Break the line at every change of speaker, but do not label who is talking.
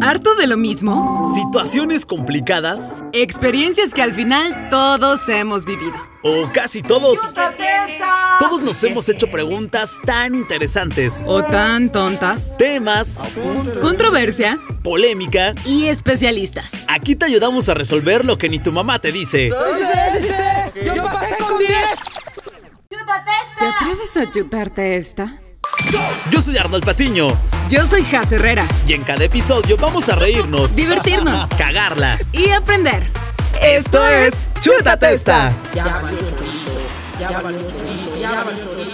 ¿Harto de lo mismo?
Situaciones complicadas
Experiencias que al final todos hemos vivido.
o casi todos. Todos nos hemos hecho preguntas tan interesantes,
O tan tontas.
temas,
Controversia
polémica.
y especialistas.
Aquí te ayudamos a resolver lo que ni tu mamá te dice.
¿Te atreves a chutarte esta?
Yo soy Arnold Patiño
Yo soy Jas Herrera.
y en cada episodio vamos a reírnos,
Divertirnos
cagarla.
y aprender.
Esto es Chuta Testa.
Ya valió chorizo, ya valió chorizo, ya valió chorizo.